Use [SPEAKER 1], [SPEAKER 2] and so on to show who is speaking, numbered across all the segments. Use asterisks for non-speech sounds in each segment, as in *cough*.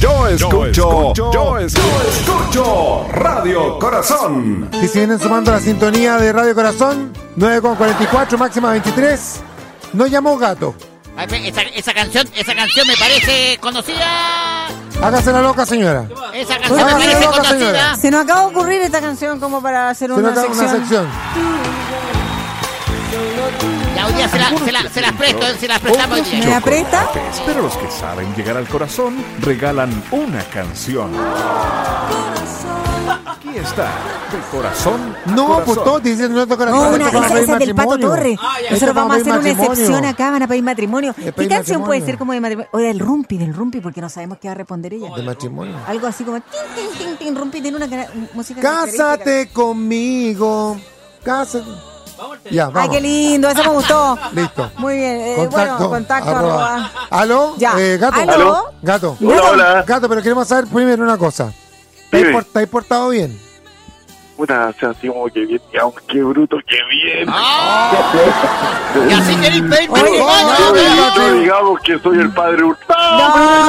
[SPEAKER 1] Yo escucho, yo escucho, Radio Corazón.
[SPEAKER 2] Si se vienen sumando a la sintonía de Radio Corazón, 9,44, máxima 23. No llamó gato.
[SPEAKER 3] Ay, pe- Ah, Esa, esa canción, esa canción me parece conocida.
[SPEAKER 2] Hágase la loca, señora.
[SPEAKER 3] Esa canción me
[SPEAKER 2] Hágase
[SPEAKER 3] parece
[SPEAKER 2] loca,
[SPEAKER 3] conocida.
[SPEAKER 2] señora.
[SPEAKER 4] Se nos acaba de ocurrir esta canción como para hacer
[SPEAKER 2] Se
[SPEAKER 4] una,
[SPEAKER 2] nota
[SPEAKER 4] sección.
[SPEAKER 2] una sección.
[SPEAKER 3] Ya hoy día se, la, se, la- se las presto, eh, se las prestamos hoy
[SPEAKER 4] ¿Me
[SPEAKER 3] día.
[SPEAKER 4] la presta?
[SPEAKER 1] Chocolates, Pero los que saben llegar al corazón regalan una canción. Aquí está, de corazón. a
[SPEAKER 2] No,
[SPEAKER 1] corazón.
[SPEAKER 2] pues todos dicen no toca la
[SPEAKER 4] No,
[SPEAKER 2] Esto
[SPEAKER 4] una,
[SPEAKER 2] es para
[SPEAKER 4] esa,
[SPEAKER 2] pedir
[SPEAKER 4] esa es del Pato
[SPEAKER 2] matrimonio.
[SPEAKER 4] Torres.
[SPEAKER 2] Esto es
[SPEAKER 4] Nosotros
[SPEAKER 2] para
[SPEAKER 4] vamos a hacer
[SPEAKER 2] pedir
[SPEAKER 4] una
[SPEAKER 2] matrimonio.
[SPEAKER 4] excepción acá, van a pedir matrimonio. ¿Qué
[SPEAKER 2] pedir
[SPEAKER 4] canción
[SPEAKER 2] matrimonio.
[SPEAKER 4] puede ser como de matrimonio? O del Rumpi, del Rumpi, porque no sabemos qué va a responder ella.
[SPEAKER 2] De matrimonio.
[SPEAKER 4] Algo así como... Tin, tin, tin, tin, rumpi tiene una cara- música característica.
[SPEAKER 2] Cásate conmigo. Cásate. Ya,
[SPEAKER 4] Ay,
[SPEAKER 2] vamos.
[SPEAKER 4] qué lindo, eso me gustó.
[SPEAKER 2] Listo.
[SPEAKER 4] Muy bien. eh,
[SPEAKER 2] Contacto.
[SPEAKER 4] bueno, contacto.
[SPEAKER 2] arroba.
[SPEAKER 4] arroba.
[SPEAKER 2] ¿Aló?
[SPEAKER 4] Ya.
[SPEAKER 2] Eh, gato.
[SPEAKER 4] ¿Aló?
[SPEAKER 2] Gato.
[SPEAKER 5] Hola, hola.
[SPEAKER 2] Gato, pero queremos saber primero una cosa. ¿Te has
[SPEAKER 5] Dime.
[SPEAKER 2] por- te has portado bien?
[SPEAKER 5] Puta, o sea, así como que bien, digamos, qué bruto, qué bien.
[SPEAKER 3] Ah. ¡Oh! Y así queréis pedir matrimonio.
[SPEAKER 5] Yo,
[SPEAKER 2] oye,
[SPEAKER 3] pero-
[SPEAKER 2] oye.
[SPEAKER 5] yo digamos que soy el padre hurtado.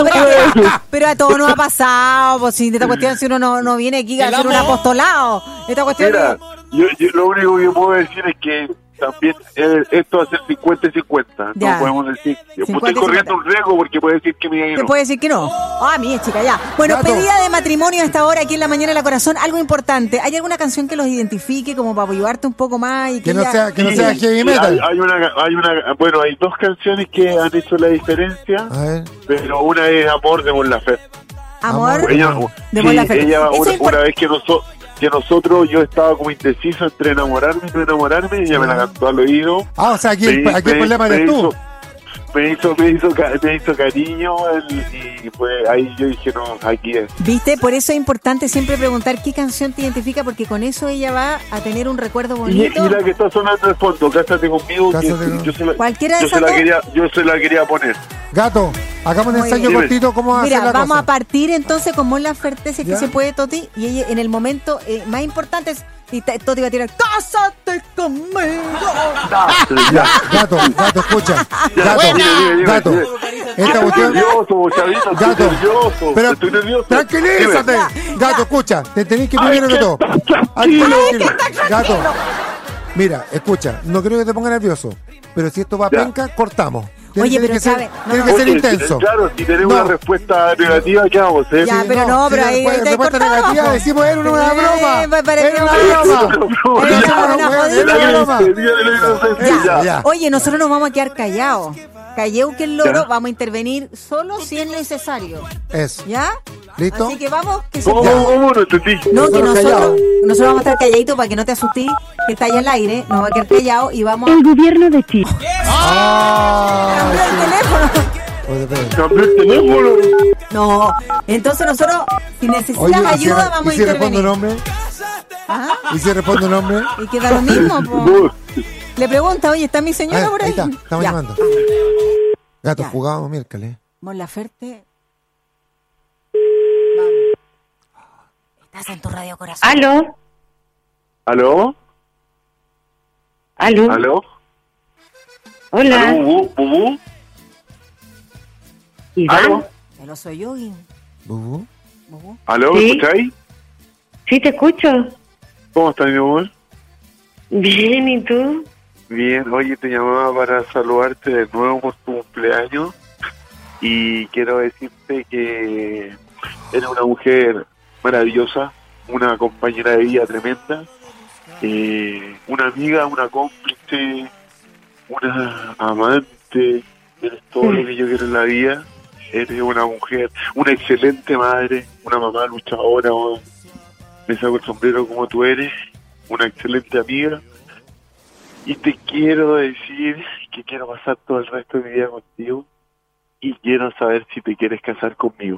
[SPEAKER 4] No, pero, pero a todos nos ha pasado. Pues, si de esta cuestión, si uno no, no viene aquí a
[SPEAKER 3] El
[SPEAKER 4] hacer un
[SPEAKER 3] amor.
[SPEAKER 4] apostolado. Esta cuestión.
[SPEAKER 5] Mira, yo, yo lo único que puedo decir es que también eh, esto va a ser 50 y 50.
[SPEAKER 4] Ya.
[SPEAKER 5] No podemos decir. Yo pues
[SPEAKER 4] 50 y
[SPEAKER 5] estoy corriendo
[SPEAKER 4] 50.
[SPEAKER 5] un riesgo porque puede decir que mi gallo
[SPEAKER 4] Te
[SPEAKER 5] no.
[SPEAKER 4] puede decir que no. Ah, mire, chica, ya. Bueno,
[SPEAKER 2] Gato.
[SPEAKER 4] pedida de matrimonio a esta hora aquí en la mañana de la corazón. Algo importante. ¿Hay alguna canción que los identifique como para ayudarte un poco más? Y que,
[SPEAKER 2] Que no
[SPEAKER 4] ya-
[SPEAKER 2] sea, que no
[SPEAKER 5] Sí,
[SPEAKER 2] sea
[SPEAKER 5] sí,
[SPEAKER 2] heavy
[SPEAKER 5] Hay,
[SPEAKER 2] metal.
[SPEAKER 5] hay una, hay una, bueno, hay dos canciones que han hecho la diferencia,
[SPEAKER 2] A ver.
[SPEAKER 5] pero una es Amor de Mon Laferte.
[SPEAKER 4] Amor.
[SPEAKER 2] Amor.
[SPEAKER 5] Ella,
[SPEAKER 4] De
[SPEAKER 5] sí,
[SPEAKER 4] Mon Laferte.
[SPEAKER 5] ella
[SPEAKER 4] Eso
[SPEAKER 5] una,
[SPEAKER 4] es
[SPEAKER 5] una
[SPEAKER 4] por-
[SPEAKER 5] vez que, noso- que nosotros, yo estaba como indeciso entre enamorarme y no enamorarme, ella me la cantó al oído.
[SPEAKER 2] Ah, o sea, aquí, el-
[SPEAKER 5] Me-
[SPEAKER 2] aquí el
[SPEAKER 5] me-
[SPEAKER 2] problema
[SPEAKER 5] me
[SPEAKER 2] eres tú.
[SPEAKER 5] hizo- Me hizo, me hizo, ca- me hizo cariño el- y pues ahí yo dije, no, aquí es.
[SPEAKER 4] ¿Viste? Por eso es importante siempre preguntar qué canción te identifica, porque con eso ella va a tener un recuerdo
[SPEAKER 5] Y,
[SPEAKER 4] bonito.
[SPEAKER 5] y la que está sonando de fondo, Cásate conmigo, que-
[SPEAKER 2] Cásate con-
[SPEAKER 5] yo, se la,
[SPEAKER 4] Cualquiera de
[SPEAKER 5] yo se
[SPEAKER 4] esas
[SPEAKER 5] la
[SPEAKER 4] dos.
[SPEAKER 5] quería, yo se la quería poner.
[SPEAKER 2] Gato, hagamos un
[SPEAKER 4] Muy
[SPEAKER 2] ensayo
[SPEAKER 5] bien.
[SPEAKER 2] cortito cómo va a
[SPEAKER 4] Mira,
[SPEAKER 2] hacer la
[SPEAKER 4] vamos
[SPEAKER 2] cosa.
[SPEAKER 4] a partir entonces con Mon Laferte, si es
[SPEAKER 2] ¿Ya?
[SPEAKER 4] que se puede, Toti. Y ella, en el momento eh, más importante, es- y ta- Toti va a tirar, ¡Cásate conmigo!
[SPEAKER 2] Ya,
[SPEAKER 4] *laughs*
[SPEAKER 2] gato, gato, escucha.
[SPEAKER 5] Ya,
[SPEAKER 2] Gato,
[SPEAKER 5] dime, dime, dime,
[SPEAKER 2] gato.
[SPEAKER 5] dime.
[SPEAKER 2] Esta
[SPEAKER 5] Estoy
[SPEAKER 2] cuestión.
[SPEAKER 5] nervioso, chavito,
[SPEAKER 2] Gato.
[SPEAKER 5] estoy nervioso.
[SPEAKER 2] Pero,
[SPEAKER 5] estoy nervioso.
[SPEAKER 2] tranquilízate.
[SPEAKER 4] Ya,
[SPEAKER 2] Gato,
[SPEAKER 4] ya.
[SPEAKER 2] escucha. Te tenés que
[SPEAKER 5] Ay,
[SPEAKER 2] primero que
[SPEAKER 5] que
[SPEAKER 2] todo.
[SPEAKER 5] está tranquilo.
[SPEAKER 2] Ay, que
[SPEAKER 4] Ay, que
[SPEAKER 2] tranquilo.
[SPEAKER 4] está
[SPEAKER 2] Gato.
[SPEAKER 4] tranquilo.
[SPEAKER 2] Mira, escucha. No creo que te ponga nervioso. Pero si esto va a
[SPEAKER 5] Ya.
[SPEAKER 2] penca, cortamos.
[SPEAKER 4] Oye, pero
[SPEAKER 2] que ser,
[SPEAKER 4] sabe- no,
[SPEAKER 2] tiene
[SPEAKER 4] no.
[SPEAKER 2] que ser
[SPEAKER 5] Oye,
[SPEAKER 2] intenso.
[SPEAKER 5] Claro, si tenemos
[SPEAKER 2] No.
[SPEAKER 5] una respuesta negativa, ¿qué hago? ¿Se *laughs*
[SPEAKER 4] Ya, Ah, pero no, pero
[SPEAKER 2] si
[SPEAKER 4] ahí-
[SPEAKER 2] después-
[SPEAKER 4] ahí te
[SPEAKER 2] después te
[SPEAKER 4] cortamos.
[SPEAKER 2] negativa, decimos, era una
[SPEAKER 4] Eh,
[SPEAKER 2] broma.
[SPEAKER 4] me pareció
[SPEAKER 2] Era una
[SPEAKER 4] una
[SPEAKER 2] broma.
[SPEAKER 5] broma.
[SPEAKER 2] Era
[SPEAKER 4] Era
[SPEAKER 2] una
[SPEAKER 4] una
[SPEAKER 2] broma.
[SPEAKER 4] jodida
[SPEAKER 2] Era una
[SPEAKER 5] broma.
[SPEAKER 2] broma.
[SPEAKER 5] Día de la inocencia,
[SPEAKER 2] Ya,
[SPEAKER 5] ya.
[SPEAKER 2] ya.
[SPEAKER 4] Oye, nosotros nos vamos a quedar callados. Calleu que el loro,
[SPEAKER 5] Ya.
[SPEAKER 4] vamos a intervenir solo si es necesario.
[SPEAKER 2] Eso.
[SPEAKER 4] ¿Ya?
[SPEAKER 2] ¿Listo?
[SPEAKER 4] Así que vamos, que se
[SPEAKER 5] ¿Cómo,
[SPEAKER 2] Ya.
[SPEAKER 5] cómo no entendí?
[SPEAKER 4] No, que
[SPEAKER 2] Nosotros callados.
[SPEAKER 4] nosotros, nosotros vamos a estar calladitos para que no te asustís, que está allá al aire, nos vamos a quedar callados y vamos a
[SPEAKER 6] El gobierno de
[SPEAKER 4] *laughs*
[SPEAKER 6] Chile.
[SPEAKER 2] Ah,
[SPEAKER 4] cambiar el teléfono.
[SPEAKER 2] Oye, espera.
[SPEAKER 5] Cambié el este teléfono.
[SPEAKER 4] No, entonces nosotros, si
[SPEAKER 2] Oye,
[SPEAKER 4] necesitas
[SPEAKER 2] ¿y si
[SPEAKER 4] ayuda,
[SPEAKER 2] re-
[SPEAKER 4] vamos
[SPEAKER 2] ¿y
[SPEAKER 4] a
[SPEAKER 2] si responde un
[SPEAKER 4] intervenir.
[SPEAKER 2] hombre?
[SPEAKER 4] Ajá.
[SPEAKER 2] ¿Y si responde un hombre?
[SPEAKER 4] Y queda lo mismo, po.
[SPEAKER 5] No,
[SPEAKER 4] Le pregunta, oye, ¿está mi
[SPEAKER 2] A ver,
[SPEAKER 4] señora por
[SPEAKER 2] ahí
[SPEAKER 4] ahí?
[SPEAKER 2] está, estamos
[SPEAKER 4] Ya.
[SPEAKER 2] llamando. Gato,
[SPEAKER 4] Ya.
[SPEAKER 2] jugábamos miércoles.
[SPEAKER 4] Mon Laferte. Vamos. Estás en tu radio corazón.
[SPEAKER 6] Aló,
[SPEAKER 5] ¿Aló?
[SPEAKER 6] aló,
[SPEAKER 5] ¿Aló? ¿Aló,
[SPEAKER 6] hola,
[SPEAKER 5] bubú? ¿Bubú?
[SPEAKER 6] Iván.
[SPEAKER 5] ¿Aló?
[SPEAKER 4] El oso yogi.
[SPEAKER 2] Bubú.
[SPEAKER 4] Ujú.
[SPEAKER 5] ¿Aló?
[SPEAKER 6] Sí.
[SPEAKER 5] ¿Me escucháis?
[SPEAKER 6] Sí, te escucho.
[SPEAKER 5] ¿Cómo estás, mi amor?
[SPEAKER 6] Bien, ¿y tú?
[SPEAKER 5] Bien, oye, te llamaba para saludarte de nuevo por tu cumpleaños y quiero decirte que eres una mujer maravillosa, una compañera de vida tremenda, eh, una amiga, una cómplice, una amante, eres todo lo que yo quiero en la vida, eres una mujer, una excelente madre, una mamá luchadora, weón. me saco el sombrero como tú eres, una excelente amiga. Y te quiero decir que quiero pasar todo el resto de mi vida contigo y quiero saber si te quieres casar conmigo.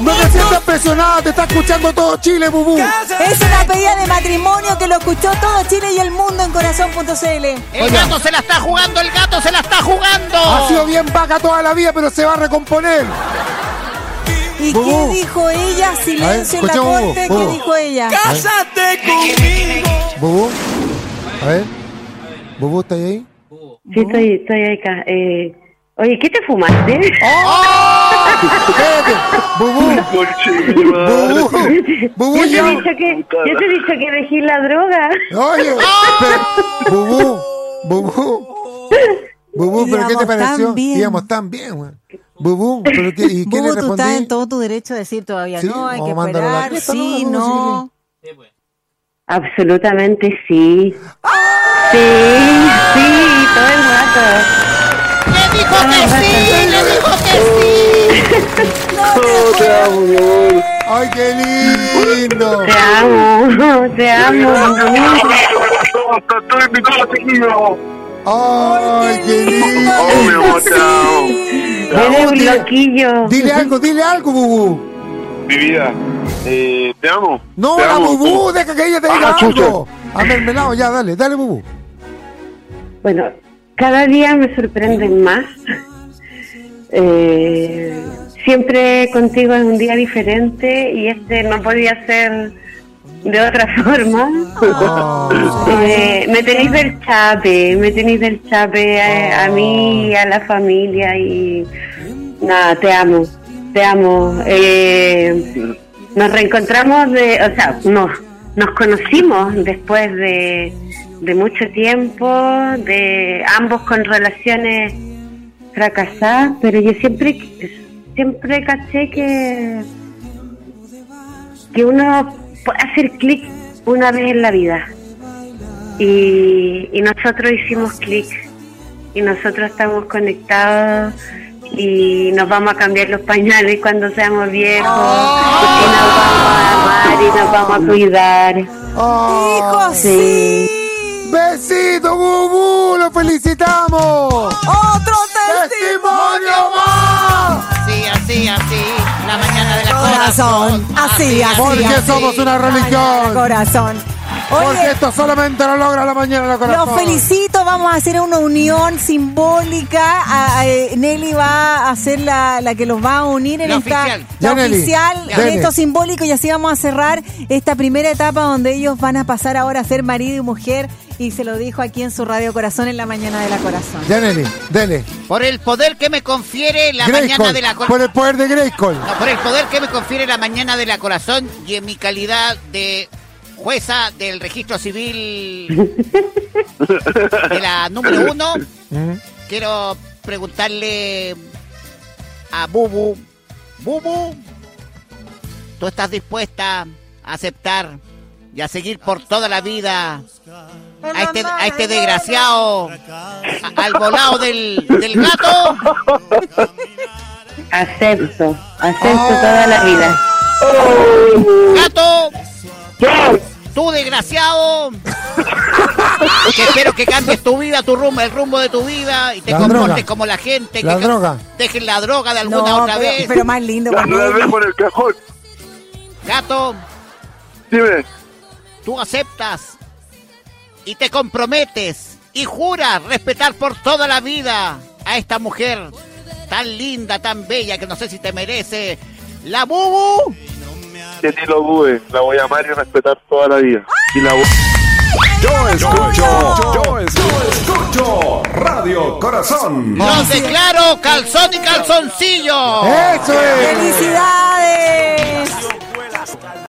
[SPEAKER 2] ¡No te sientas presionada! ¡Te está escuchando todo Chile, Bubú!
[SPEAKER 4] Es una pedida de matrimonio que lo escuchó todo Chile y el mundo en corazón.cl.
[SPEAKER 3] El gato se la está jugando, el gato se la está jugando.
[SPEAKER 2] Ha sido bien vaca toda la vida, pero se va a recomponer.
[SPEAKER 4] ¿Y
[SPEAKER 2] Bubú.
[SPEAKER 4] qué dijo ella? Silencio en la
[SPEAKER 2] escuchemos,
[SPEAKER 4] corte.
[SPEAKER 2] Bubú.
[SPEAKER 4] ¿Qué dijo ella?
[SPEAKER 2] ¡Bubú! A ver. ¿Bubú está ahí?
[SPEAKER 6] Sí, estoy, estoy acá. Eh, oye, ¿qué te fumaste?
[SPEAKER 2] Espérate, Bubú,
[SPEAKER 5] Conche,
[SPEAKER 2] Bubú,
[SPEAKER 5] madre.
[SPEAKER 2] Bubú,
[SPEAKER 6] *laughs* yo, te he
[SPEAKER 2] ya.
[SPEAKER 6] dicho que, yo te he dicho que dejé la droga.
[SPEAKER 2] Oye, pero- Bubú, Bubú, Bubú, pero ¿qué te
[SPEAKER 4] Íbamos tan
[SPEAKER 2] pareció?
[SPEAKER 4] bien.
[SPEAKER 2] Íbamos tan bien, weón. Bubú, pero ¿qué, ¿y qué le
[SPEAKER 4] Bubu, tú estás en
[SPEAKER 2] respondí?
[SPEAKER 4] todo tu derecho a decir todavía
[SPEAKER 2] Sí,
[SPEAKER 4] no, hay
[SPEAKER 2] o
[SPEAKER 4] que
[SPEAKER 2] mándalo a la
[SPEAKER 4] esperar,
[SPEAKER 2] cresta,
[SPEAKER 4] sí,
[SPEAKER 2] ¿no?
[SPEAKER 4] no.
[SPEAKER 6] Absolutamente sí. Sí, sí, todo el rato.
[SPEAKER 3] ¡Le dijo
[SPEAKER 2] Ah,
[SPEAKER 3] que sí! ¡Le dijo que sí!
[SPEAKER 5] No, te amo, mi amor.
[SPEAKER 2] ¡Ay, qué lindo!
[SPEAKER 6] Te amo, *laughs* te amo.
[SPEAKER 5] Estoy invitado, chiquillo.
[SPEAKER 2] ¡Ay, qué
[SPEAKER 5] Oh, mi
[SPEAKER 2] lindo!
[SPEAKER 5] amor, te amo.
[SPEAKER 6] Eres un loquillo.
[SPEAKER 2] Dile algo, dile algo, Bubú.
[SPEAKER 5] Mi vida, eh, te amo.
[SPEAKER 2] No,
[SPEAKER 5] te
[SPEAKER 2] la
[SPEAKER 5] amo.
[SPEAKER 2] Bubú, deja que ella te
[SPEAKER 5] Ah,
[SPEAKER 2] diga
[SPEAKER 5] chucha.
[SPEAKER 2] algo. A mermelado, ya, dale, dale, Bubú.
[SPEAKER 6] Bueno, cada día me sorprenden más. Eh, siempre contigo es un día diferente y este no podía ser de otra *laughs* forma.
[SPEAKER 2] Ah.
[SPEAKER 6] Eh, me tenéis del chape, me tenéis del chape eh, a, a mí y a la familia y nada, te amo, te amo. Eh, nos reencontramos de, o sea, nos, nos conocimos después de, de mucho tiempo, de ambos con relaciones fracasadas, pero yo siempre, siempre caché que, que uno puede hacer clic una vez en la vida. Y, y nosotros hicimos clic y nosotros estamos conectados y nos vamos a cambiar los pañales cuando seamos viejos y nos vamos a amar y nos vamos a cuidar.
[SPEAKER 2] ¡Oh!
[SPEAKER 4] ¡Hijo, sí!
[SPEAKER 2] ¡Besito, Bubú! ¡Lo felicitamos!
[SPEAKER 4] ¡Otro
[SPEAKER 2] ¡Testimonio más!
[SPEAKER 3] Así, así, así. La mañana de la
[SPEAKER 4] Corazón, así, así.
[SPEAKER 2] Porque
[SPEAKER 4] así.
[SPEAKER 2] somos una religión.
[SPEAKER 4] Ay, Corazón.
[SPEAKER 2] Porque
[SPEAKER 4] Oye,
[SPEAKER 2] esto solamente lo logra la mañana la corazón.
[SPEAKER 4] los felicito. Vamos a hacer una unión simbólica. A- a- eh, Nelly va a ser la, la que los va a unir en
[SPEAKER 3] La
[SPEAKER 4] esta
[SPEAKER 3] oficial.
[SPEAKER 4] la
[SPEAKER 2] Ya, Nelly.
[SPEAKER 4] oficial,
[SPEAKER 2] Ya.
[SPEAKER 4] en esto
[SPEAKER 2] Nelly.
[SPEAKER 4] simbólico. Y así vamos a cerrar esta primera etapa donde ellos van a pasar ahora a ser marido y mujer. Y se lo dijo aquí en su Radio Corazón en la mañana de la corazón.
[SPEAKER 2] Ya, Nelly, dele.
[SPEAKER 3] Por el poder que me confiere la mañana de la
[SPEAKER 2] Grayskull. Por
[SPEAKER 3] corazón.
[SPEAKER 2] el poder de Grayskull.
[SPEAKER 3] por el poder que me confiere la mañana de la corazón y en mi calidad de jueza del registro civil de la número uno, quiero preguntarle a Bubu. Bubu, ¿tú estás dispuesta a aceptar y a seguir por toda la vida a este, a este desgraciado, a- al volado del, del gato?
[SPEAKER 6] Acepto, acepto toda la vida.
[SPEAKER 3] Gato, tú
[SPEAKER 2] *laughs*
[SPEAKER 3] desgraciado, que espero que cambies tu vida, tu rumbo, el rumbo de tu vida y te
[SPEAKER 2] La
[SPEAKER 3] comportes
[SPEAKER 2] droga.
[SPEAKER 3] como la gente.
[SPEAKER 2] La
[SPEAKER 3] que ca-
[SPEAKER 2] droga.
[SPEAKER 3] Dejen la droga de alguna
[SPEAKER 4] No,
[SPEAKER 3] otra
[SPEAKER 4] pero,
[SPEAKER 3] vez.
[SPEAKER 4] pero más lindo.
[SPEAKER 5] La
[SPEAKER 4] Manuel.
[SPEAKER 5] otra vez por el cajón.
[SPEAKER 3] Gato,
[SPEAKER 5] Dime.
[SPEAKER 3] tú aceptas y te comprometes y juras respetar por toda la vida a esta mujer tan linda, tan bella, que no sé si te merece. La Bubu.
[SPEAKER 5] Que ni lo dude, la voy a amar y respetar toda la vida. Y la voy...
[SPEAKER 1] Yo escucho, yo escucho Radio Corazón.
[SPEAKER 3] Los declaro calzón y calzoncillo.
[SPEAKER 2] ¡Eso es!
[SPEAKER 4] ¡Felicidades!